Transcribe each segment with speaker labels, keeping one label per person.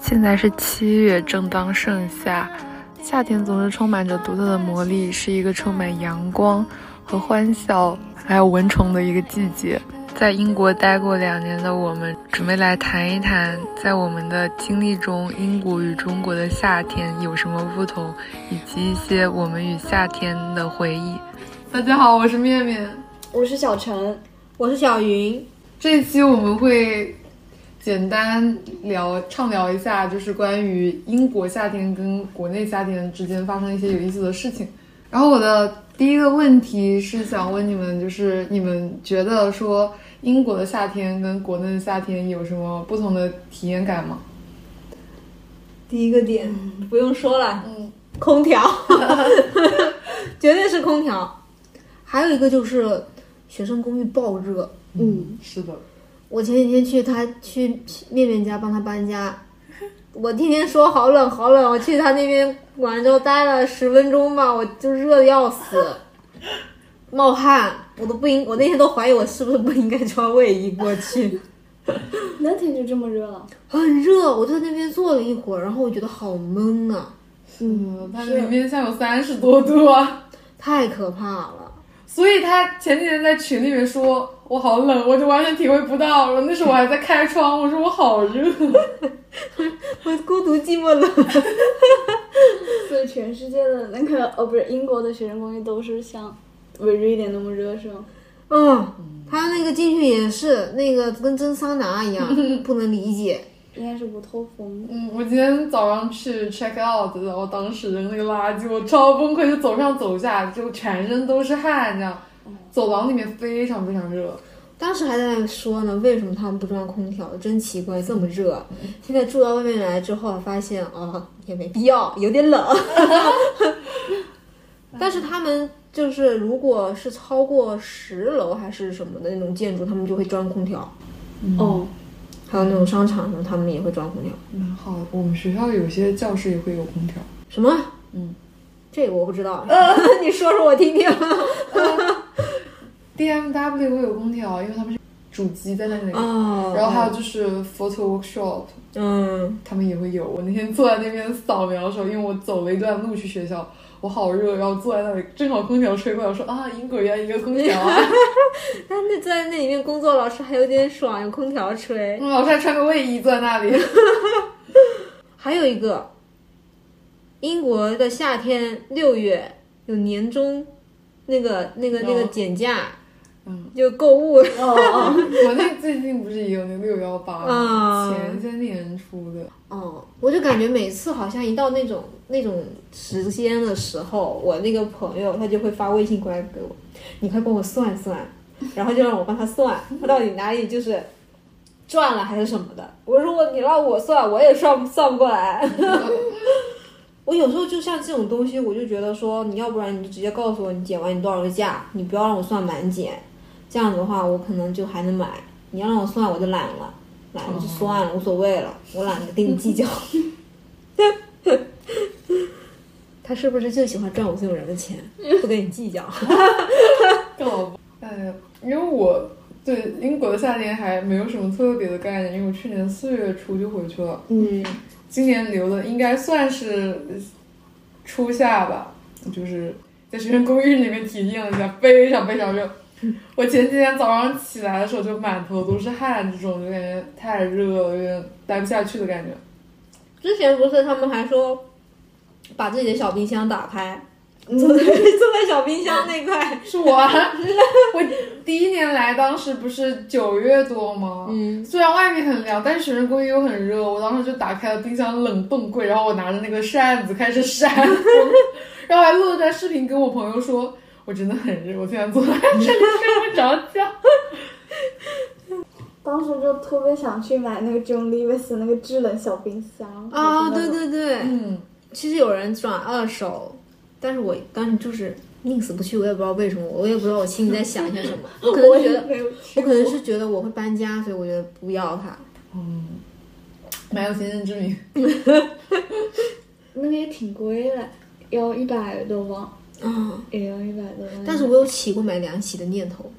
Speaker 1: 现在是七月，正当盛夏，夏天总是充满着独特的魔力，是一个充满阳光和欢笑，还有蚊虫的一个季节。在英国待过两年的我们，准备来谈一谈，在我们的经历中，英国与中国的夏天有什么不同，以及一些我们与夏天的回忆。大家好，我是面面。
Speaker 2: 我是小陈，我是小云。
Speaker 1: 这一期我们会简单聊畅聊一下，就是关于英国夏天跟国内夏天之间发生一些有意思的事情。然后我的第一个问题是想问你们，就是你们觉得说英国的夏天跟国内的夏天有什么不同的体验感吗？
Speaker 2: 第一个点不用说了，嗯，空调， 绝对是空调。还有一个就是学生公寓爆热。
Speaker 1: 嗯，是的，
Speaker 2: 我前几天去他去面面家帮他搬家，我天天说好冷好冷，我去他那边完之后待了十分钟吧，我就热的要死，冒汗，我都不应，我那天都怀疑我是不是不应该穿卫衣过去，
Speaker 3: 那天就这么热了，
Speaker 2: 很热，我就在那边坐了一会儿，然后我觉得好闷啊，
Speaker 1: 嗯，它里面像有三十多度啊，
Speaker 2: 太可怕了。
Speaker 1: 所以他前几天在群里面说我好冷，我就完全体会不到了。那时候我还在开窗，我说我好热。
Speaker 2: 我孤独寂寞 冷，
Speaker 3: 所以全世界的那个哦，不是英国的学生公寓都是像维瑞典那么热是吗？
Speaker 2: 嗯，他那个进去也是那个跟蒸桑拿一样，不能理解。
Speaker 3: 应该是不透风。
Speaker 1: 嗯，我今天早上去 check out，然后当时扔那个垃圾，我超崩溃，就走上走下，就全身都是汗，你知道。走廊里面非常非常热，
Speaker 2: 当时还在那说呢，为什么他们不装空调？真奇怪，这么热。现在住到外面来之后，发现哦，也没必要，有点冷。但是他们就是，如果是超过十楼还是什么的那种建筑，他们就会装空调。嗯
Speaker 3: 哦，
Speaker 2: 还有那种商场什么，他们也会装空调。
Speaker 1: 蛮嗯好的。我们学校有些教室也会有空调。
Speaker 2: 什么？
Speaker 1: 嗯，
Speaker 2: 这个我不知道，
Speaker 1: 呃
Speaker 2: 你说说我 听听。
Speaker 1: D M W 会有空调，因为他们是主机在那里。
Speaker 2: 哦，
Speaker 1: 然后还有就是 photo workshop，
Speaker 2: 嗯，
Speaker 1: 他们也会有。我那天坐在那边扫描的时候，因为我走了一段路去学校，我好热，然后坐在那里，正好空调吹过来，我说啊，英国原来一个空调啊。
Speaker 2: 但那在那里面工作，老师还有点爽，有空调吹。
Speaker 1: 嗯，老师还穿个卫衣坐在那里。
Speaker 2: 还有一个，英国的夏天六月有年终，那个那个那个
Speaker 1: 哦
Speaker 2: 减价，
Speaker 1: 嗯，
Speaker 2: 就购物
Speaker 3: 哦哦，
Speaker 1: 国内最近不是也有那六幺八
Speaker 2: 啊
Speaker 1: 吗？前些年出的。
Speaker 2: 哦，我就感觉每次好像一到那种那种时间的时候，我那个朋友他就会发微信过来给我，你快帮我算算，然后就让我帮他算，他到底哪里就是赚了还是什么的。我如果你让我算，我也算不算不过来。我有时候就像这种东西，我就觉得说，你要不然你就直接告诉我你减完你多少个价，你不要让我算满减，这样子的话我可能就还能买。你要让我算，我就懒了，懒了就算了，无所谓了，我懒得跟你计 较。他是不是就喜欢赚我这种人的钱，不跟你计较？
Speaker 1: 更好吧。哎，因为我对英国的夏天还没有什么特别的概念，因为我去年四月初就回去了，
Speaker 2: 嗯，
Speaker 1: 今年留的应该算是初夏吧，就是在学生公寓里面体验了一下，非常非常热。我前几天早上起来的时候就满头都是汗，这种就感觉太热了，有点待不下去的感觉。
Speaker 2: 之前不是他们还说，把自己的小冰箱打开，坐在坐在小冰箱那块，
Speaker 1: 是我啊，我第一年来，当时不是九月多吗？
Speaker 2: 嗯，
Speaker 1: 虽然外面很凉，但是学生公寓又很热。我当时就打开了冰箱冷冻柜，然后我拿着那个扇子开始扇风，然后还录了段视频跟我朋友说，我真的很热，我现在坐在这里睡不着觉。
Speaker 3: 当时就特别想去买那个 John Lewis 那个制冷小冰箱。
Speaker 2: 啊、
Speaker 3: 就是
Speaker 2: 对
Speaker 3: 那
Speaker 2: 对
Speaker 3: 种。
Speaker 2: 对，
Speaker 1: 嗯，
Speaker 2: 其实有人转二手，但是我当时就是宁死不去，我也不知道为什么，我也不知道我心里在想些什么，可能
Speaker 3: 我
Speaker 2: 是觉
Speaker 3: 也
Speaker 2: 得，
Speaker 3: 没有去
Speaker 2: 我可能
Speaker 3: 过
Speaker 2: 是觉得我会搬家，所以我觉得不要它。
Speaker 1: 蛮嗯有先见之明。
Speaker 3: 那个也挺贵的，要一百多吧，
Speaker 2: 啊，
Speaker 3: 也要一百多吧。
Speaker 2: 嗯但是我有起过买凉席的念头，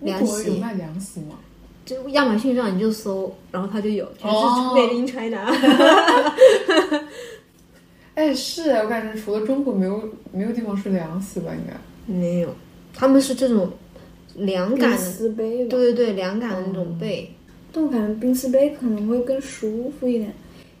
Speaker 1: 那
Speaker 2: 凉
Speaker 1: 国内有
Speaker 2: 席
Speaker 1: 卖凉席吗？
Speaker 2: 就亚马逊上你就搜，然后它就有，全是
Speaker 1: 哦
Speaker 2: Made in China。
Speaker 1: 哎，是哎，我感觉除了中国，没有没有地方是凉席吧？应该。
Speaker 2: 没有，他们是这种凉感
Speaker 3: 冰
Speaker 2: 的，
Speaker 3: 丝杯吧
Speaker 2: 对，对对，凉感的那种被。
Speaker 3: 但我感觉冰丝杯可能会更舒服一点，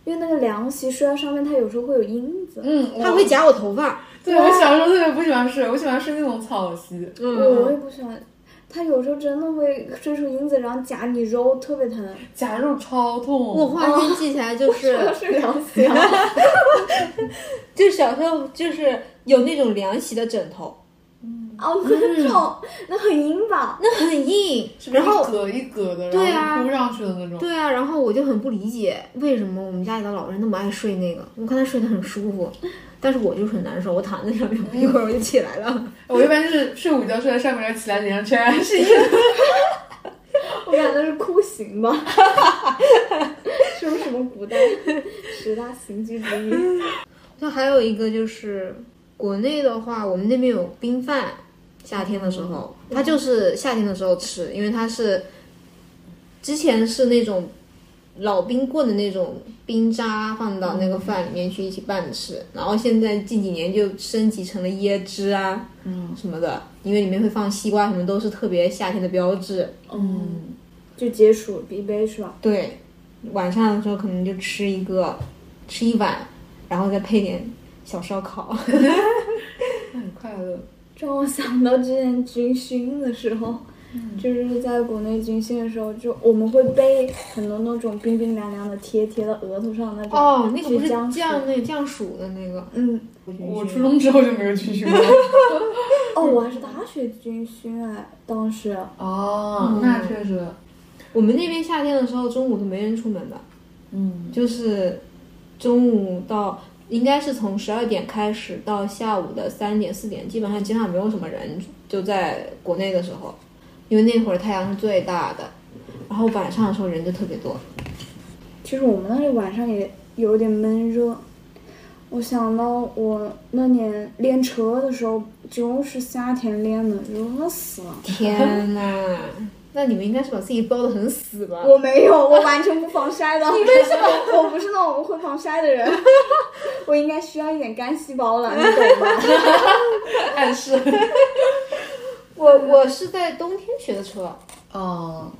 Speaker 3: 因为那个凉席睡在上面，它有时候会有印子。
Speaker 1: 嗯
Speaker 2: 它会夹我头发，
Speaker 1: 对我小时候特别不喜欢睡，我喜欢睡那种草席。
Speaker 2: 嗯
Speaker 3: 我
Speaker 2: 哦
Speaker 3: 也不喜欢，它有时候真的会吹出印子，然后夹你肉，特别疼。
Speaker 1: 夹肉超痛。
Speaker 2: 我画面记起来就是，
Speaker 3: 睡凉席啊！
Speaker 2: 就小时候就是有那种凉席的枕头，
Speaker 3: 哦，
Speaker 2: 嗯
Speaker 3: 那种那很硬吧？
Speaker 2: 那很硬
Speaker 1: 是，不是
Speaker 2: 然后
Speaker 1: 一格一格的，
Speaker 2: 对
Speaker 1: 然
Speaker 2: 啊
Speaker 1: 后铺上去的那种。
Speaker 2: 对啊，然后我就很不理解为什么我们家里的老人那么爱睡那个，我看他睡得很舒服，但是我就是很难受，我躺在上面一会儿我就起来了。
Speaker 1: 哎我一般就是睡午觉睡在上面，然后起来脸上全是印 子。
Speaker 3: 我感觉那是酷刑吧？是不是什么古代十大刑具之一？
Speaker 2: 嗯那还有一个就是国内的话，我们那边有冰饭，夏天的时候，它就是夏天的时候吃，因为它是之前是那种老冰棍的那种冰渣放到那个饭里面去一起拌吃，然后现在近几年就升级成了椰汁啊，嗯什么的，因为里面会放西瓜，什么都是特别夏天的标志。
Speaker 1: 嗯，
Speaker 3: 就解暑必备是吧？
Speaker 2: 对，晚上的时候可能就吃一个，吃一碗，然后再配点小烧烤。
Speaker 1: 那很快乐。
Speaker 3: 这让我想到之前军训的时候，
Speaker 2: 嗯
Speaker 3: 就是在国内军训的时候，就我们会备很多那种冰冰凉凉的贴贴到额头上那种。
Speaker 2: 哦，那个不是
Speaker 3: 去
Speaker 2: 酱
Speaker 3: 江
Speaker 2: 那个酱薯的那个，
Speaker 3: 嗯，
Speaker 1: 我初中之后就没有军训过。
Speaker 3: 哦，我还是大学军训哎，当时
Speaker 1: 哦，那确实。
Speaker 2: 我们那边夏天的时候中午都没人出门的，
Speaker 1: 嗯，
Speaker 2: 就是中午到应该是从十二点开始到下午的三点四点，基本上街上没有什么人，就在国内的时候，因为那会儿太阳是最大的，然后晚上的时候人就特别 多。
Speaker 3: 其实我们那里晚上也有点闷热。我想到我那年练车的时候，就是夏天练的，热死了。
Speaker 2: 天呐，那你们应该是把自己包的很死 吧？
Speaker 3: 我没有，我完全不防晒 的。你为什么？我不是那种会防晒的人， 我应该需要一点干细胞了，你懂吗？
Speaker 1: 暗示。
Speaker 2: 我我是在冬天学的车，
Speaker 1: 哦，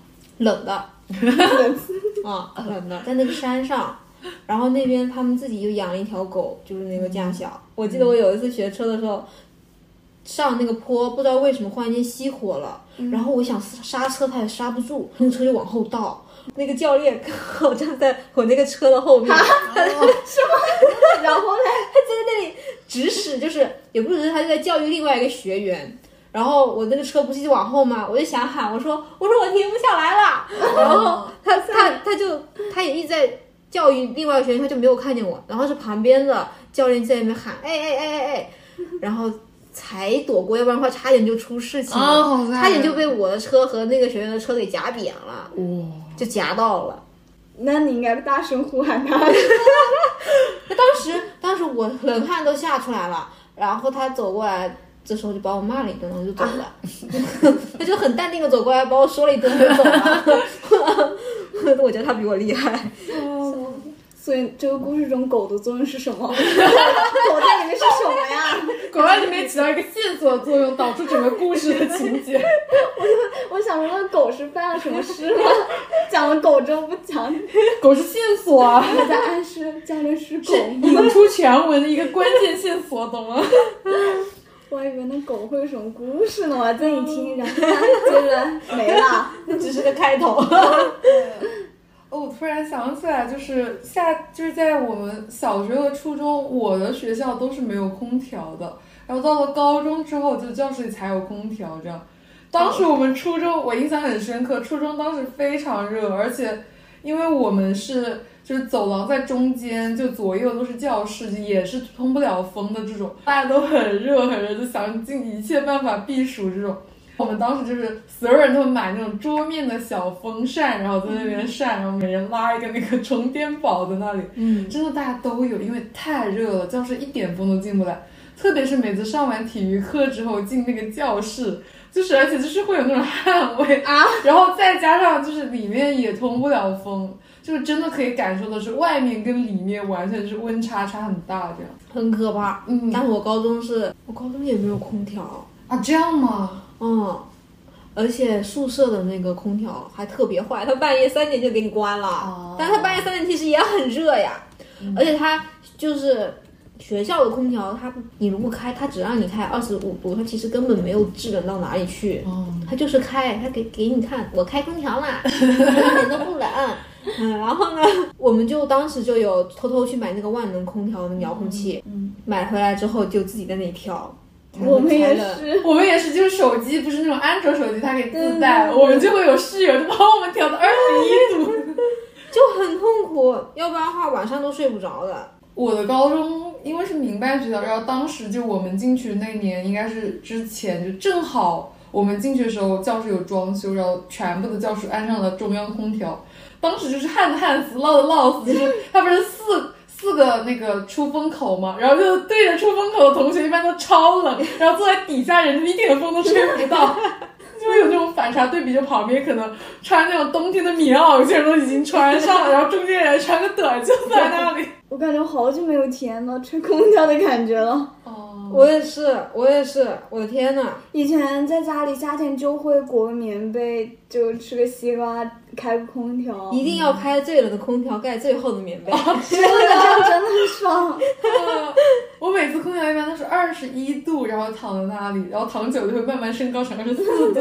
Speaker 2: 冷的，啊、冷的，在那个山上，然后那边他们自己就养了一条狗，就是那
Speaker 1: 嗯
Speaker 2: 个驾校。我记得我有一次学车的时候，上那个坡，不知道为什么忽然间熄火了，
Speaker 1: 嗯
Speaker 2: 然后我想刹车，它也刹不住，那个车就往后倒。那个教练刚好站在我那个车的后面，他在
Speaker 3: 然后呢？
Speaker 2: 指使，就是也不是指使，他就在教育另外一个学员。然后我那个车不是一直往后嘛，我就想喊，我说我说我停不下来了。
Speaker 1: 哦
Speaker 2: 然后他他他就他也一直在教育另外一个学员，他就没有看见我。然后是旁边的教练在那边喊，哎哎哎哎哎，然后才躲过，要不然的话差点就出事情了，
Speaker 1: 哦好吓人
Speaker 2: 差点就被我的车和那个学员的车给夹扁了，
Speaker 1: 哇，
Speaker 2: 就夹到了。
Speaker 3: 那你应该大声呼喊他。
Speaker 2: 那当时，当时我冷汗都吓出来了，然后他走过来，这时候就把我骂了一顿，然后就走了。 他就很淡定的走过来，把我说了一顿，就走了。 我觉得他比我厉害。
Speaker 3: 所以这个故事中狗的作用是什么？ 狗在里面是什么呀？
Speaker 1: 狗在里面起到一个线索作用，导出整个故事的情节。
Speaker 3: 我想说，那狗是犯了什么事吗？ 讲了狗之后不讲，
Speaker 1: 狗是线索啊，
Speaker 3: 你在暗示教练是狗
Speaker 1: 是
Speaker 3: 吗？
Speaker 1: 引出全文的一个关键线索，懂吗？
Speaker 3: 我还以为那狗会有什么故事呢，我还在你听，然后接着没了。
Speaker 2: 那只是个开头。
Speaker 1: 哦，我突然想起来，就是夏，就是在我们小学和初中，我的学校都是没有空调的，然后到了高中之后，就教室里才有空调这样。当时我们初中，我印象很深刻，初中当时非常热，而且因为我们是就是走廊在中间，就左右都是教室，也是通不了风的这种，大家都很热很热，就想尽一切办法避暑这种。 我们当时就是所有人都买那种桌面的小风扇，然后在那边扇，然后每人拉一个那个充电宝在那里。
Speaker 2: 嗯，
Speaker 1: 真的大家都有，因为太热了，教室一点风都进不来。特别是每次上完体育课之后进那个教室，就是而且就是会有那种汗味啊，然后再加上就是里面也通不了风，就是真的可以感受的是外面跟里面完全是温差差很大这样。
Speaker 2: 很可怕。
Speaker 1: 嗯
Speaker 2: 但是我高中是，我高中也没有空调，
Speaker 1: 啊，这样吗？
Speaker 2: 嗯，而且宿舍的那个空调还特别坏，它半夜三点就给你关了，
Speaker 1: 哦
Speaker 2: 但是它半夜三点其实也很热呀，
Speaker 3: 嗯
Speaker 2: 而且它就是。学校的空调，它你如果开，它只让你开二十五度，它其实根本没有制冷到哪里去。
Speaker 1: 嗯，
Speaker 2: 他就是开，他给给你看，我开空调啦，一点都不冷。嗯，然后呢，我们就当时就有偷偷去买那个万能空调的遥控器，
Speaker 1: 嗯
Speaker 2: 买回来之后就自己在那里调。
Speaker 3: 我们
Speaker 2: 才
Speaker 3: 也
Speaker 2: 能
Speaker 3: 是，
Speaker 1: 我们也是，就是手机不是那种安卓手机，它可以自带，
Speaker 3: 嗯
Speaker 1: 我们就会有室友就帮我们调到二十一度。
Speaker 2: 就很痛苦，要不然的话晚上都睡不着的。
Speaker 1: 我的高中因为是民办学校，然后当时就我们进去那年应该是之前就正好我们进去的时候教室有装修，然后全部的教室安上了中央空调。当时就是旱的旱死，涝的涝死，就是它不是四四个那个出风口嘛，然后就对着出风口的同学一般都超冷，然后坐在底下人就一点风都吹不到。 就会有这种反差对比，就旁边可能穿那种冬天的棉袄，有些人都已经穿上了，然后中间人穿个短袖在那里。
Speaker 3: 我感觉我好久没有体验到吹空调的感觉了。
Speaker 1: 哦，
Speaker 2: 我也是，我也是，我的天呐！
Speaker 3: 以前在家里夏天就会裹个棉被，就吃个西瓜，开个空 调，
Speaker 2: 一定要开最冷的空调，盖最厚的棉被。
Speaker 3: 真的这样真的很爽。
Speaker 1: 我每次空调一般都是二十一度，然后躺在那里，然后躺久就会慢慢升高成二十四度。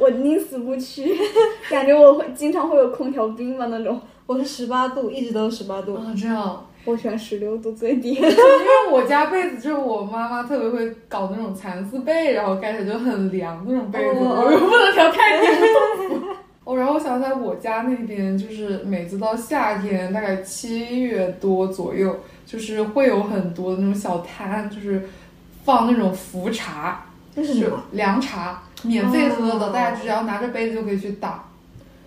Speaker 3: 我宁死不屈， 感觉我会经常会有空调病吧那种。
Speaker 2: 我是十八度，一直都是十八度。
Speaker 1: 啊，这样，
Speaker 3: 我选十六度最低。
Speaker 1: 因为我家被子就是我妈妈特别会搞那种蚕丝被，然后盖起来就很凉那种被子，
Speaker 2: 哦
Speaker 1: 我又不能调太低，会冻死。 哦，然后我想起来，我家那边就是每次到夏天，大概七月多左右，就是会有很多那种小摊，就是放那种茯茶，
Speaker 2: 那
Speaker 1: 就
Speaker 2: 是什
Speaker 1: 是
Speaker 2: 么？
Speaker 1: 凉茶，免费喝的，
Speaker 2: 哦
Speaker 1: 大家只要拿着杯子就可以去打。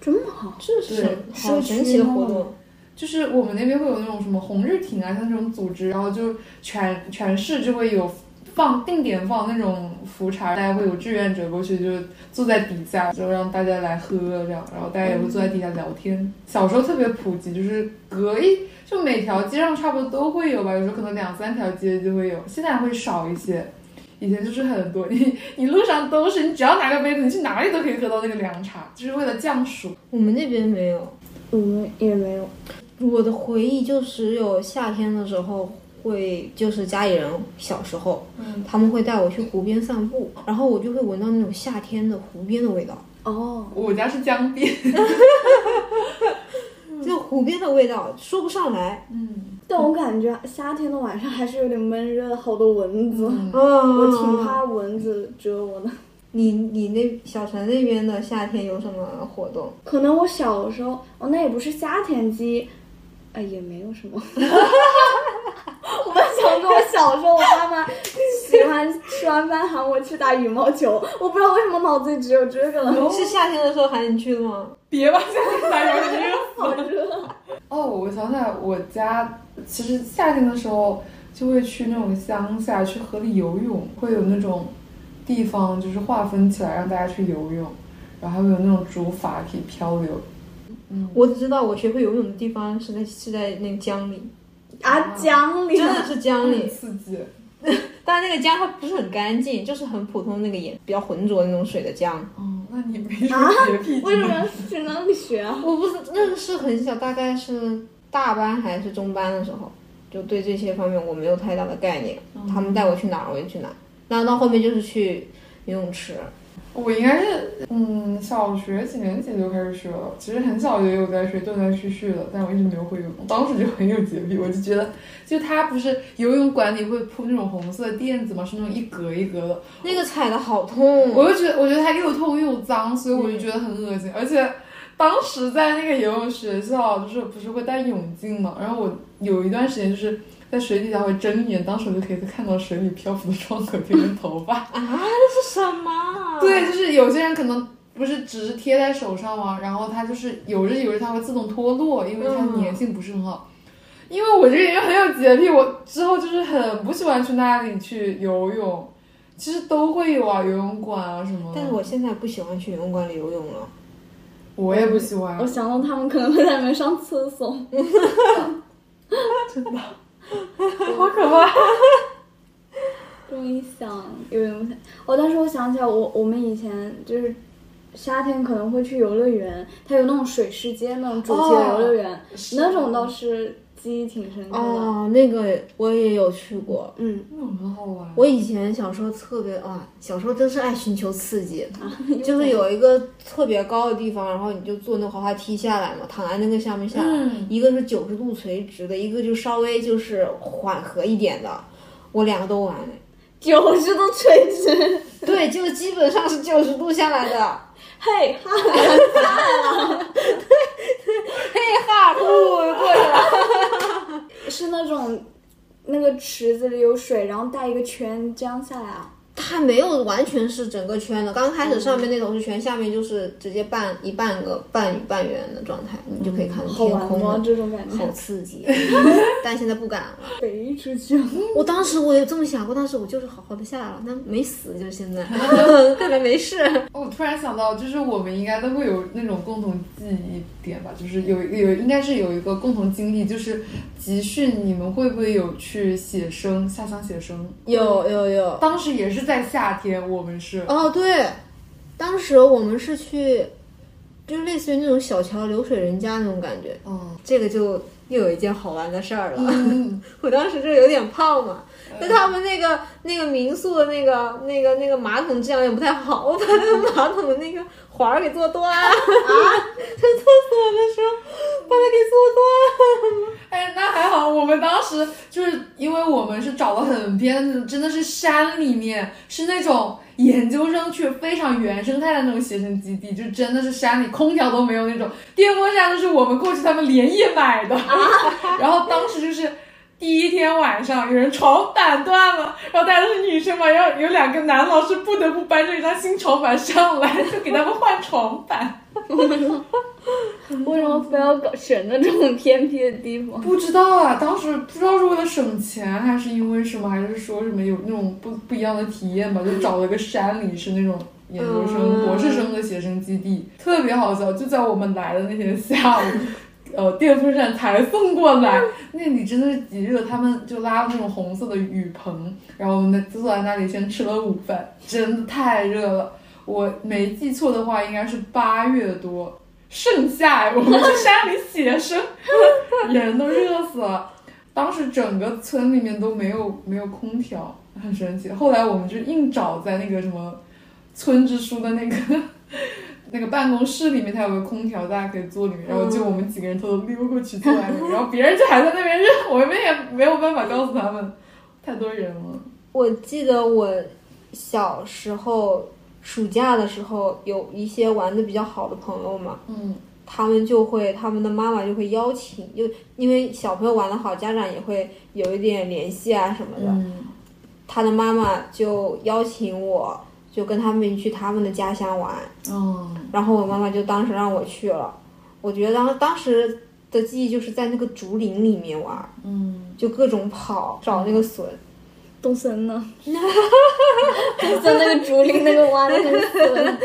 Speaker 3: 这么好，
Speaker 2: 这是
Speaker 1: 对
Speaker 2: 好神奇的活
Speaker 3: 社区
Speaker 2: 动。
Speaker 1: 就是我们那边会有那种什么红日挺啊，像这种组织，然后就全全市就会有放定点放那种福茶，大家会有志愿者过去，就坐在底下，就让大家来喝这样，然后大家也会坐在底下聊天。小时候特别普及，就是隔一就每条街上差不多都会有吧，有时候可能两三条街就会有，现在会少一些。以前就是很多，你你路上都是，你只要拿个杯子，你去哪里都可以喝到那个凉茶，就是为了降暑。
Speaker 2: 我们那边没有。
Speaker 3: 我们嗯也没有。
Speaker 2: 我的回忆就只有夏天的时候会，就是家里人小时候，
Speaker 1: 嗯
Speaker 2: 他们会带我去湖边散步，然后我就会闻到那种夏天的湖边的味道，
Speaker 3: 哦，
Speaker 1: 我家是江边，
Speaker 2: 就湖边的味道说不上来，
Speaker 1: 嗯。
Speaker 3: 但我感觉夏天的晚上还是有点闷热的，好多蚊子，
Speaker 2: 嗯，
Speaker 3: 我
Speaker 2: 我
Speaker 3: 挺。怕蚊子蛰我的。
Speaker 2: 你你那小城那边的夏天有什么活动？
Speaker 3: 可能我小时候，哦，那也不是夏天鸡，哎，也没有什么。我想说，我小时候，我爸妈喜欢吃完饭喊我去打羽毛球，我不知道为什么脑子里只有这个了。
Speaker 2: 是夏天的时候喊你去的吗？
Speaker 1: 别吧，现在打游戏。
Speaker 3: 好热，
Speaker 1: 哦，我想起来，我家其实夏天的时候就会去那种乡下，去河里游泳，会有那种地方就是划分起来让大家去游泳，然后还会有那种竹筏可以漂流。
Speaker 2: 我只知道我学会游泳的地方是在是在那个江里，
Speaker 3: 啊，江里
Speaker 2: 真的是
Speaker 3: 嗯
Speaker 2: 江
Speaker 1: 很
Speaker 2: 里，
Speaker 1: 刺激，
Speaker 2: 但是那个江它不是很干净，就是很普通那个盐比较浑浊的那种水的江。
Speaker 1: 嗯，那你没什么洁癖，
Speaker 3: 啊为什么要去那里学啊？
Speaker 2: 我不是那个是很小，大概是大班还是中班的时候，就对这些方面我没有太大的概念。他们带我去哪儿我就去哪儿，那到后面就是去游泳池。
Speaker 1: 我应该是嗯，小学几年级就开始学了，其实很小也有在学，断断续续的，但我一直没有会游泳，当时就很有洁癖，我就觉得，就它不是游泳馆里会铺那种红色的垫子嘛，是那种一格一格的，
Speaker 2: 那个踩的好痛，
Speaker 1: 我就觉得我觉得它又痛又脏，所以我就觉得很恶心，而且。当时在那个游泳学校，就是不是会戴泳镜嘛？然后我有一段时间就是在水底下会睁眼，当时我就可以看到水里漂浮的创可贴跟头
Speaker 2: 啊
Speaker 1: 发。
Speaker 2: 这是什么啊？
Speaker 1: 对，就是有些人可能不是只是贴在手上嘛，然后它就是有日有日它会自动脱落，因为它
Speaker 2: 嗯
Speaker 1: 粘性不是很好。因为我这个人很有洁癖，我之后就是很不喜欢去那里去游泳，其实都会有啊，游泳馆啊什么的。
Speaker 2: 但是我现在不喜欢去游泳馆里游泳了。
Speaker 1: 我也不喜欢
Speaker 3: 我，想到他们可能会在里面上 厕所。
Speaker 1: 好可 怕。
Speaker 3: 这么一想，游泳想哦，但是我想起来我，我们以前就是夏天可能会去游乐园，它有那种水世界那种主题的游
Speaker 1: 哦
Speaker 3: 乐园，那种倒是记忆挺深刻的。
Speaker 2: 哦，那个我也有去过。
Speaker 3: 嗯，
Speaker 1: 那种很好玩。
Speaker 2: 我以前小时候特别啊，小时候真是爱寻求刺 激，就是有一个特别高的地方，然后你就坐那滑滑梯下来嘛，躺在那个下面下来，
Speaker 1: 嗯
Speaker 2: 一个是九十度垂直的，一个就稍微就是缓和一点的，我两个都玩了。
Speaker 3: 九十度垂直，
Speaker 2: 对，就基本上是九十度下来的，
Speaker 3: 嘿哈，
Speaker 2: 嘿哈呼过去了。
Speaker 3: 是那种那个池子里有水，然后带一个圈这样下来啊。
Speaker 2: 它没有完全是整个圈的，刚开始
Speaker 3: 嗯
Speaker 2: 上面那种是全，下面就是直接半一半个半圆半圆的状态，你就可以看到
Speaker 3: 嗯好
Speaker 2: 天
Speaker 3: 玩
Speaker 2: 空
Speaker 3: 吗？
Speaker 2: 了。
Speaker 3: 这种感觉
Speaker 2: 好，刺 激，啊但现在不敢了。
Speaker 3: 飞出去了。
Speaker 2: 我当时我也这么想过，但是我就是好好的下来了，但没死，就是现 在，看来没事。
Speaker 1: 我哦突然想到，就是我们应该都会有那种共同记忆点吧，就是有有应该是有一个共同经历，就是集训，你们会不会有去写生下乡写生？
Speaker 2: 有有有，
Speaker 1: 当时也是在夏天，我们是
Speaker 2: 哦对，当时我们是去，就是类似于那种小桥流水人家那种感觉，
Speaker 1: 嗯
Speaker 2: 这个就又有一件好玩的事儿了。
Speaker 1: 嗯
Speaker 2: 我当时就是有点胖嘛，那他们那个那个民宿的那个那个那个马桶质量也不太好，我把那个马桶的那个环儿给做断了 啊！上厕所的时候把它给做断了。
Speaker 1: 哎，那还好，我们当时就是因为我们是找的很偏的那种，真的是山里面，是那种研究生去非常原生态的那种学生基地，就真的是山里空调都没有那种，电风扇都是我们过去他们连夜买的，然后当时就是。第一天晚上，有人床板断了，然后大家都是女生嘛，然后有两个男老师不得不搬着一张新床板上来，就给他们换床板。
Speaker 3: 为什么非要搞选择这种偏僻的地方？
Speaker 1: 不知道啊，当时不知道是为了省钱，还是因为什么，还是说什么有那种不不一样的体验吧，就找了个山里是那种研究生、
Speaker 2: 嗯
Speaker 1: 博士生的学生基地，特别好笑。就在我们来的那天下午，呃，电风扇才送过来，那里真的是极热，他们就拉了那种红色的雨棚，然后我们在坐在那里先吃了午饭，真的太热了。我没记错的话，应该是八月多，盛夏，我们去山里写生， 人都热死了。当时整个村里面都没有没有空调，很神奇。后来我们就硬找在那个什么村支书的那个 那个办公室里面，它有个空调，大家可以坐里面。然后就我们几个人偷偷溜过去坐外面，然后别人就还在那边热，我们也没有办法告诉他们，太多人了。
Speaker 2: 我记得我小时候暑假的时候，有一些玩的比较好的朋友嘛，
Speaker 1: 嗯，
Speaker 2: 他们就会他们的妈妈就会邀请，就因为小朋友玩的好，家长也会有一点联系啊什么的。
Speaker 1: 嗯，
Speaker 2: 他的妈妈就邀请我，就跟他们去他们的家乡玩，
Speaker 1: 哦，
Speaker 2: 然后我妈妈就当时让我去了。我觉得当当时的记忆就是在那个竹林里面玩，
Speaker 1: 嗯，
Speaker 2: 就各种跑找那个笋，
Speaker 3: 东森呢？ 东森那个竹林那个弯的那个森，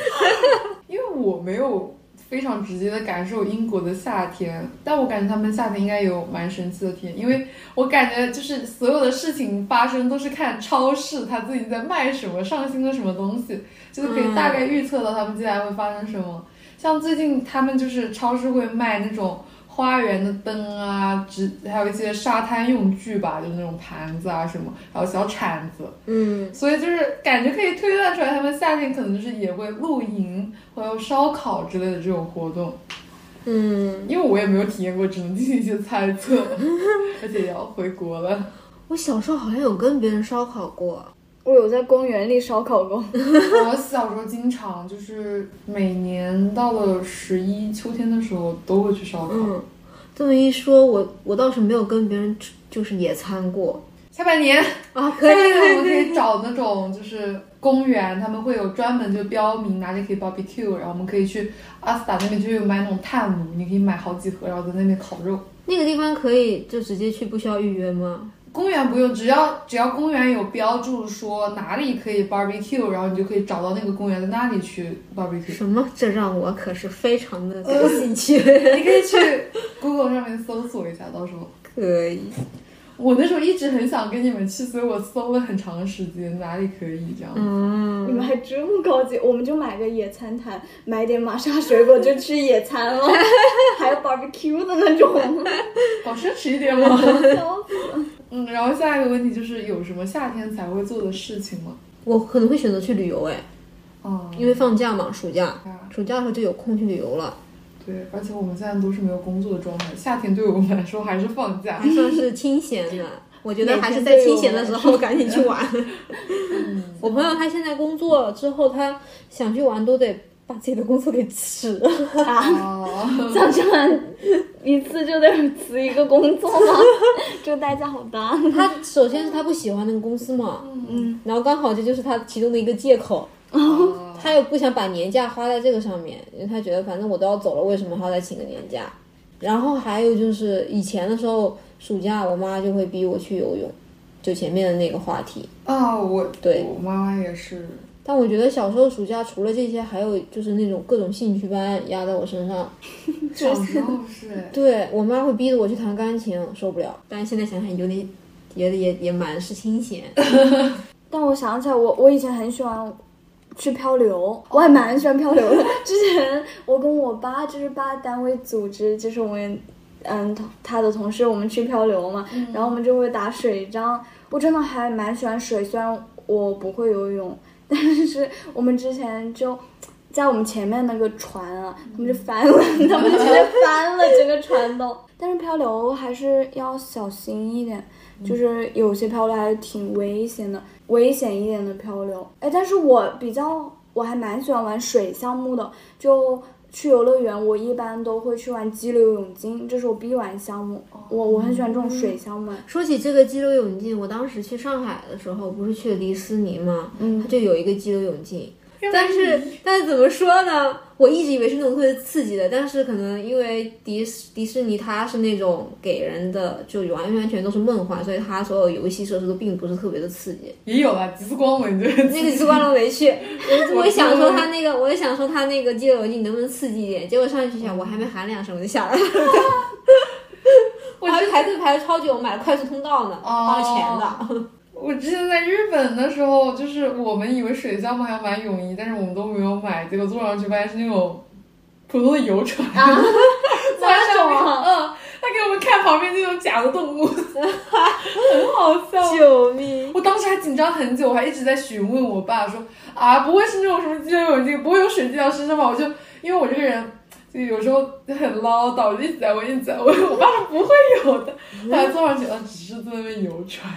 Speaker 1: 因为我没有非常直接的感受英国的夏天，但我感觉他们夏天应该有蛮神奇的体验，因为我感觉就是所有的事情发生都是看超市它自己在卖什么，上新了什么东西，就是可以大概预测到他们接下来会发生什么。像最近他们就是超市会卖那种。花园的灯啊，只还有一些沙滩用具吧，就是那种盘子啊什么，还有小铲子，
Speaker 2: 嗯，
Speaker 1: 所以就是感觉可以推断出来，他们夏天可能就是也会露营或者烧烤之类的这种活动。
Speaker 2: 嗯，
Speaker 1: 因为我也没有体验过，只能进行一些猜 测，而且也要回国了。
Speaker 2: 我小时候好像有跟别人烧烤过，
Speaker 3: 我有在公园里烧烤过。
Speaker 1: 我小时候经常就是每年到了十一秋天的时候都会去烧烤。
Speaker 2: 嗯，这么一说，我我倒是没有跟别人吃就是野餐过
Speaker 1: 下半 年，
Speaker 2: 啊，可
Speaker 1: 下
Speaker 2: 以
Speaker 1: 半年我们
Speaker 2: 可
Speaker 1: 可
Speaker 2: 以
Speaker 1: 以找那种就是公园，他们会有专门就标明哪里可以 barbecue，然后我们可以去阿斯达那边就有买那种炭炉，你可以买好几盒，然后在那边烤肉。
Speaker 2: 那个地方可以就直接去，不需要预约吗？
Speaker 1: 公园不用，只要只要公园有标注说哪里可以 barbecue，然后你就可以找到那个公园，在那里去 barbecue。
Speaker 2: 什么？这让我可是非常的感兴趣。
Speaker 1: 你可以去 Google 上面搜索一下，到时候。
Speaker 2: 可以，
Speaker 1: 我那时候一直很想跟你们去，所以我搜了很长时间哪里可以这样。
Speaker 2: 嗯
Speaker 3: 你们还这么高级，我们就买个野餐毯，买点玛莎水果就吃野餐 了，还有 barbecue 的那种，
Speaker 1: 好奢侈一点嘛。
Speaker 3: 笑死
Speaker 1: 嗯，然后下一个问题就是有什么夏天才会做的事情吗？
Speaker 2: 我可能会选择去旅游，哎，
Speaker 1: 啊、
Speaker 2: 因为放假嘛，暑假
Speaker 1: 啊，
Speaker 2: 暑假的时候就有空去旅游了，
Speaker 1: 对，而且我们现在都是没有工作的状态，夏天对我们来说还是放假。
Speaker 2: 还算是清闲的。我觉得还是在清闲的时候赶紧去玩。嗯我朋友他现在工作了之后，他想去玩都得把自己的工作给辞了。
Speaker 3: 啊！
Speaker 1: 哦，
Speaker 3: 像这样一次就得辞一个工作 吗？这代价好大。
Speaker 2: 他首先是他不喜欢那个公司嘛，
Speaker 3: 嗯，
Speaker 2: 然后刚好这就是他其中的一个借口。
Speaker 1: 哦
Speaker 2: 他又不想把年假花在这个上面，因为他觉得反正我都要走了，为什么还要再请个年假？然后还有就是以前的时候，暑假我妈就会逼我去游泳，就前面的那个话题。
Speaker 1: 啊，我
Speaker 2: 对
Speaker 1: 我妈妈也是，
Speaker 2: 但我觉得小时候暑假除了这些，还有就是那种各种兴趣班压在我身上。
Speaker 1: 小时候是哎
Speaker 2: 对我妈会逼着我去弹钢琴，受不了。但是现在想想有点，也也也蛮是清闲。
Speaker 3: 但我想起来我，我以前很喜欢去漂流，我还蛮喜欢漂流的。 之前我跟我爸，就是爸单位组织，就是我们，嗯，同他的同事，我们去漂流嘛，然后我们就会打水仗。我真的还蛮喜欢水，虽然我不会游泳，但是我们之前就。在我们前面那个船啊，他们就翻了，他们就直接翻了整个船都。 但是漂流还是要小心一点，就是有些漂流还是挺危险的，危险一点的漂流。哎，但是我比较，我还蛮喜欢玩水项目的，就去游乐园，我一般都会去玩激流勇进，这是我必玩项目。我我很喜欢这种水项目。
Speaker 2: 说起这个激流勇进，我当时去上海的时候，不是去迪士尼吗？
Speaker 3: 嗯
Speaker 2: 它就有一个激流勇进，但是但是怎么说呢？我一直以为是那种特别刺激的，但是可能因为迪士迪士尼它是那种给人的就完完全都是梦幻，所以它所有游戏设施都并不是特别的刺激。
Speaker 1: 也有啊，极速光文就是
Speaker 2: 那个极光龙没去， 我我想说它那个，我也想说它那个激流勇进能不能刺激一点，结果上去想我还没喊两声我就下来了。 我还排队排了超久，我买了快速通道呢，花了钱的。
Speaker 1: 我之前在日本的时候，就是我们以为水项目还要买泳衣，但是我们都没有买，结果坐上去发现是那种普通的游船，啊、
Speaker 3: 那种啊
Speaker 1: 嗯，他给我们看旁边那种假的动物，很好笑。
Speaker 2: 救命！
Speaker 1: 我当时还紧张很久，我还一直在询问我爸说啊，不会是那种什么激流勇进，不会有水滴到身上吧？我就因为我这个人就有时候很唠叨，我就一直在问，一直在问。我爸说不会有的，后来坐上去，啊，只是在那边游船，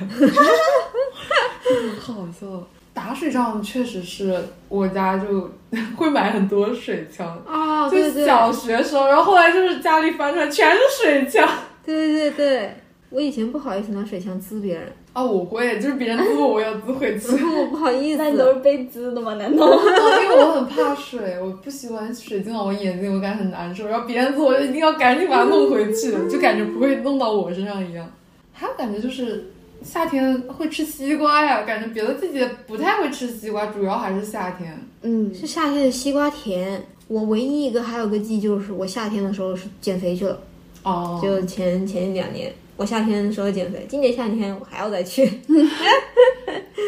Speaker 1: 好笑。打水仗确实是我家就 会买很多水枪，
Speaker 2: 啊，对
Speaker 1: 就
Speaker 2: 对
Speaker 1: 小学时候，然后后来就是家里翻出来全是水枪。
Speaker 2: 对对对，我以前不好意思拿水枪滋别人，
Speaker 1: 啊，我会，就是别人滋我，我要滋回去。
Speaker 2: 我不好意
Speaker 3: 那你都
Speaker 2: 思。
Speaker 3: 是被滋的吗？难道？
Speaker 1: 因为我很怕水，我不喜欢水进到我眼睛，我感觉很难受。然后别人做，我一定要赶紧把它弄回去，就感觉不会弄到我身上一样。还有感觉就是夏天会吃西瓜呀，感觉别的季节不太会吃西瓜，主要还是夏天。
Speaker 3: 嗯，
Speaker 2: 是夏天的西瓜甜。我唯一一个还有个记忆就是，我夏天的时候是减肥去了，
Speaker 1: 哦
Speaker 2: 就前前两年。我夏天的时候减肥，今年夏天我还要再去。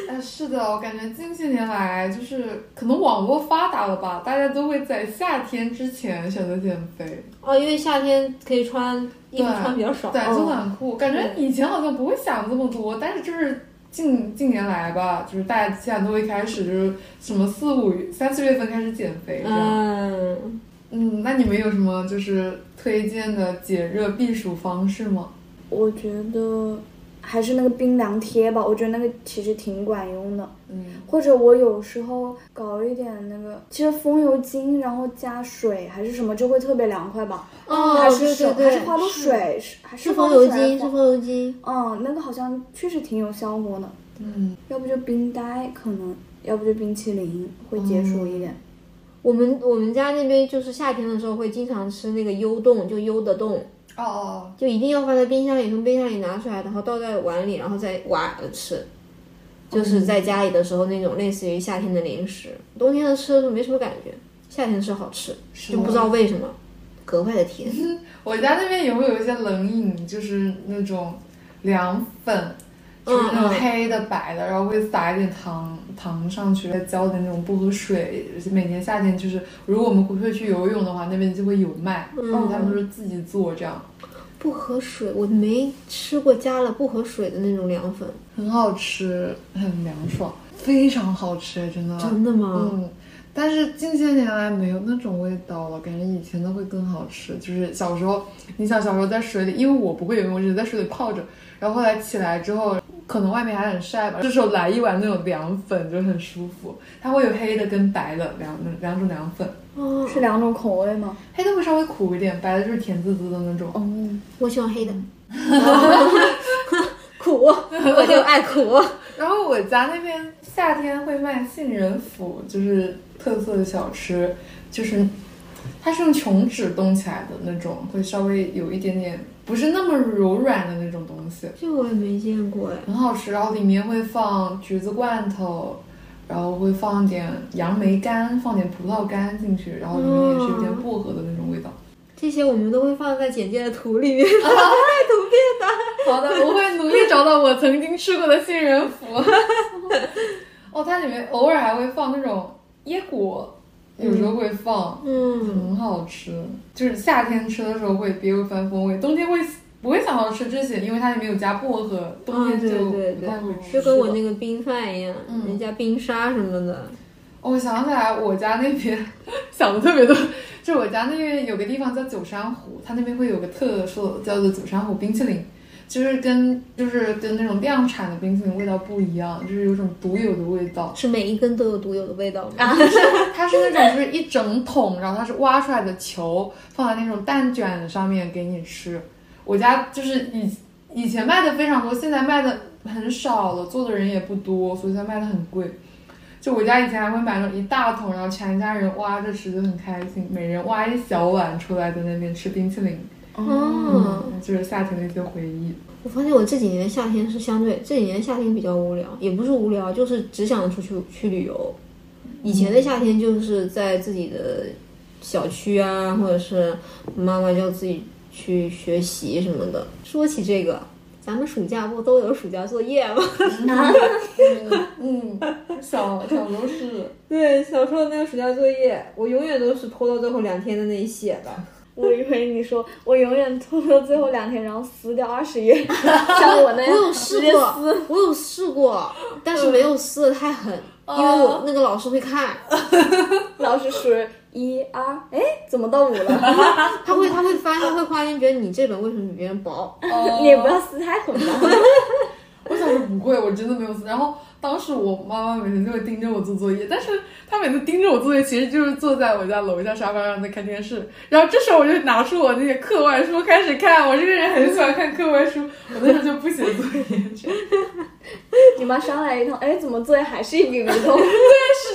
Speaker 1: 哎，是的，我感觉近些年来就是可能网络发达了吧，大家都会在夏天之前选择减肥，
Speaker 2: 哦，因为夏天可以穿衣服穿比较少。
Speaker 1: 对，
Speaker 2: 哦
Speaker 1: 就暖裤。感觉以前好像不会想这么多，但是就是近近年来吧，就是大家现在都会开始就是什么四五月三四月份开始减肥
Speaker 2: 哦
Speaker 1: 这样。
Speaker 2: 嗯，
Speaker 1: 嗯，那你们有什么就是推荐的解热避暑方式吗？
Speaker 3: 我觉得还是那个冰凉贴吧，我觉得那个其实挺管用的。
Speaker 1: 嗯，
Speaker 3: 或者我有时候搞一点那个，其实风油精，然后加水还是什么，就会特别凉快吧？
Speaker 2: 哦
Speaker 3: 还是
Speaker 2: 对
Speaker 3: 什么
Speaker 2: 对
Speaker 3: 还
Speaker 2: 对
Speaker 3: 是花露水，是还
Speaker 2: 是
Speaker 3: 花
Speaker 2: 风
Speaker 3: 露
Speaker 2: 油
Speaker 3: 水还
Speaker 2: 精，
Speaker 3: 是
Speaker 2: 是
Speaker 3: 花
Speaker 2: 风油精。
Speaker 3: 嗯，那个好像确实挺有效果的。
Speaker 1: 嗯，
Speaker 3: 要不就冰袋，可能要不就冰淇淋会解暑一点。
Speaker 2: 我们我们家那边就是夏天的时候会经常吃那个优冻，就优的冻，
Speaker 1: 哦哦，
Speaker 2: 就一定要放在冰箱里，从冰箱里拿出来，然后倒在碗里，然后再挖着吃。就是在家里的时候那种类似于夏天的零食，冬天的吃的时候没什么感觉，夏天吃好吃，就不知道为什么格外的 甜。
Speaker 1: 我家那边也会有一些冷饮，就是那种凉粉，就是那种黑的、白的，然后会撒一点糖糖上去，再浇点那种薄荷水。每年夏天就是，如果我们会去游泳的话，那边就会有卖，然后他们说自己做这样，
Speaker 2: 薄荷水我没吃过加了薄荷水的那种凉粉，
Speaker 1: 很好吃，很凉爽，非常好吃，真的。
Speaker 2: 真的吗？
Speaker 1: 嗯，但是近些年来没有那种味道了，感觉以前的会更好吃。就是小时候，你想小时候在水里，因为我不会游泳，我只是在水里泡着，然后后来起来之后，可能外面还很晒吧，这时候来一碗那种凉粉就很舒服，它会有黑的跟白的两两种凉粉，
Speaker 2: 哦，
Speaker 3: 是两种口味吗？
Speaker 1: 黑的会稍微苦一点，白的就是甜滋滋的那
Speaker 2: 哦
Speaker 1: 种。
Speaker 3: 嗯，
Speaker 2: 我喜欢黑的，嗯 苦，哦我就爱苦。哦
Speaker 1: 然后我家那边夏天会卖杏仁腐，就是特色的小吃，就是它是用琼脂冻起来的那种，会稍微有一点点不是那么柔软的那种东西，
Speaker 2: 这我也没见过哎，
Speaker 1: 很好吃。然后里面会放橘子罐头，然后会放点杨梅干，放点葡萄干进去，然后里面也是有点薄荷的那种味道。
Speaker 2: 这些我们都会放在简介的图里 面，放在图片的。
Speaker 1: 好的，我会努 力找到我曾经吃过的杏仁腐。哦，它里面偶尔还会放那种椰果，有时候会放，
Speaker 2: 嗯，
Speaker 1: 很好吃。就是夏天吃的时候会别有一番风味，冬天会不会想到吃这些，因为它里面有加薄荷，冬天
Speaker 2: 啊对
Speaker 1: 就
Speaker 2: 对
Speaker 1: 不
Speaker 2: 对嗯
Speaker 1: 太会吃了。
Speaker 2: 就跟我那个冰饭一样，
Speaker 1: 嗯
Speaker 2: 人家冰沙什么的。
Speaker 1: 哦，我想起来，我家那边想的特别多，就我家那边有个地方叫九山湖，它那边会有个特色叫做九山湖冰淇淋，就是跟就是跟那种量产的冰淇淋味道不一样，就是有种独有的味道。
Speaker 2: 是每一根都有独有的味道吗？
Speaker 1: 啊 它是那种就是一整桶，然后它是挖出来的球放在那种蛋卷上面给你吃。我家就是以以前卖的非常多，现在卖的很少了，做的人也不多，所以它卖的很贵。就我家以前还会买那种一大桶，然后全家人挖着吃，就很开心，每人挖一小碗出来，在那边吃冰淇淋，
Speaker 3: 嗯
Speaker 2: 哦，
Speaker 1: 就是夏天的一些回忆。
Speaker 2: 我发现我这几年夏天是相对这几年夏天比较无聊，也不是无聊，就是只想出去去旅游。以前
Speaker 1: 嗯
Speaker 2: 的夏天就是在自己的小区啊，或者是妈妈叫自己去学习什么的。说起这个，咱们暑假不都有暑假作业吗？
Speaker 1: 嗯，小小时候是
Speaker 2: 对，小时候那个暑假作业，我永远都是拖到最后两天的那一写的。
Speaker 3: 我以为你说我永远拖到最后两天，然后撕掉二十页， 像我那样，
Speaker 2: 我有试
Speaker 3: 哎直接
Speaker 2: 过
Speaker 3: 撕。，
Speaker 2: 我有试过，但是没有撕的太狠，因为
Speaker 3: 哦
Speaker 2: 我那个老师会看，
Speaker 3: 老师数一二，哎，怎么到五了？
Speaker 2: 他会他会翻，他会夸你，觉得你这本为什么比别人薄？
Speaker 3: 你也不要撕太狠了。
Speaker 1: 我小时候不会，我真的没有撕。然后当时我妈妈每天就会盯着我做作业，但是她每次盯着我做作业，其实就是坐在我家楼下沙发上在看电视。然后这时候我就拿出我那些课外书开始看，我这个人很喜欢看课外书，我那时候就不写作业，这样
Speaker 3: 你妈上来一通，哎，怎么作业还是一笔没通？
Speaker 1: 是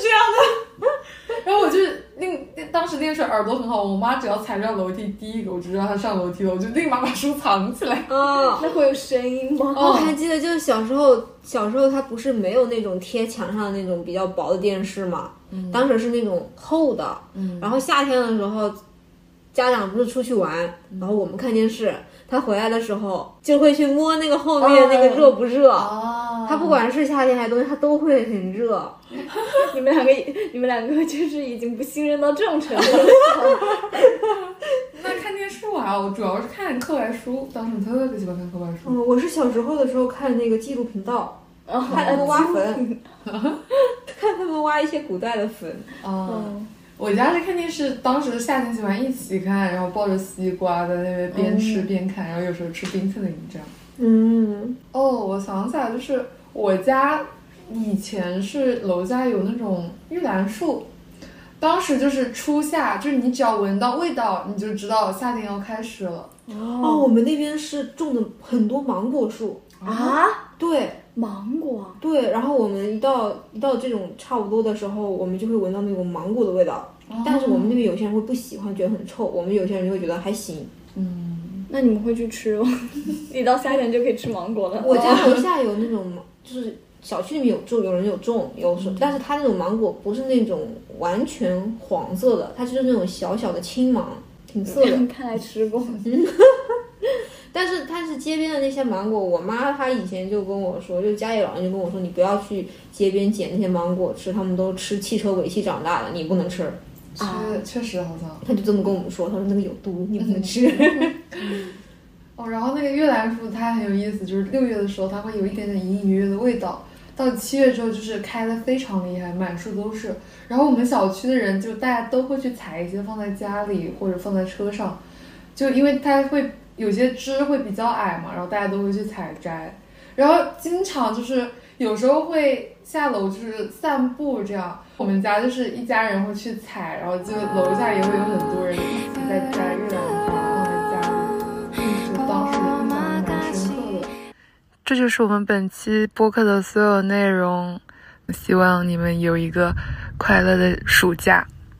Speaker 1: 这样的。 然后我就那个那当时电视耳朵很好，我妈只要踩上楼梯第一个，我就知道她上楼梯了，我就立马把书藏起
Speaker 3: 哦
Speaker 1: 来。
Speaker 2: 啊、
Speaker 3: 那会有声音吗？
Speaker 2: 我还记得就是小时候，小时候他不是没有那种贴墙上的那种比较薄的电视嘛，
Speaker 3: 嗯
Speaker 2: 当时是那种厚的，然后夏天的时候，家长不是出去玩，
Speaker 3: 嗯
Speaker 2: 然后我们看电视，他回来的时候就会去摸那个后面
Speaker 3: 哦
Speaker 2: 那个热不热，
Speaker 1: 啊
Speaker 2: 他不管是夏天还是冬天，他都会很热。
Speaker 3: 你们两个，你们两个就是已经不信任到这种程 度了。
Speaker 1: 那看电视啊，我主要是看课外书，当时我特别喜欢看课外书。
Speaker 2: 嗯，我是小时候的时候看那个纪录频道，
Speaker 3: 然后
Speaker 2: 看他们挖坟， 看他们挖一些古代的坟。
Speaker 1: 啊，
Speaker 3: 嗯
Speaker 1: 我家是看电视，当时夏天喜欢一起看，然后抱着西瓜在那边边吃边看，然后有时候吃冰淇淋这样。
Speaker 2: 嗯，
Speaker 1: 哦，我想起来，就是我家以前是楼下有那种玉兰树，当时就是初夏，就是你只要闻到味道，你就知道夏天要开始了。
Speaker 2: 哦，我们那边是种的很多芒果树，
Speaker 3: 啊，
Speaker 2: 对
Speaker 3: 芒果啊，
Speaker 2: 对。然后我们一到一到这种差不多的时候，我们就会闻到那种芒果的
Speaker 1: 哦
Speaker 2: 味道。但是我们那边有些人会不喜欢，觉得很臭；我们有些人就会觉得还行。
Speaker 1: 嗯，
Speaker 3: 那你们会去吃哦？ 你到夏天就可以吃芒果了。
Speaker 2: 我家楼下有那种，就是小区里面有种，有人有种，有什么，但是它那种芒果不是那种完全黄色的，它就是那种小小的青芒，挺涩的。
Speaker 3: 看来吃过。
Speaker 2: 但是但是街边的那些芒果，我妈她以前就跟我说，就家里老人就跟我说，你不要去街边捡那些芒果吃，他们都吃汽车尾气长大的，你不能吃。
Speaker 3: 啊
Speaker 1: 确确实好像。
Speaker 2: 她就这么跟我们说，她说那个有毒，你不能吃。
Speaker 1: 哦，然后那个越南fruit 它很有意思，就是六月的时候它会有一点点隐隐约约的味道，到七月之后就是开的非常厉害，满树都是。然后我们小区的人就大家都会去采一些放在家里或者放在车上，就因为它会有些枝会比较矮嘛，然后大家都会去采摘。然后经常就是有时候会下楼就是散步这样，我们家就是一家人会去采，然后就楼下也会有很多人一起在摘越南fruit 放在家里。就当时印象蛮深刻的。
Speaker 4: 这就是我们本期播客的所有内容，希望你们有一个快乐的暑假。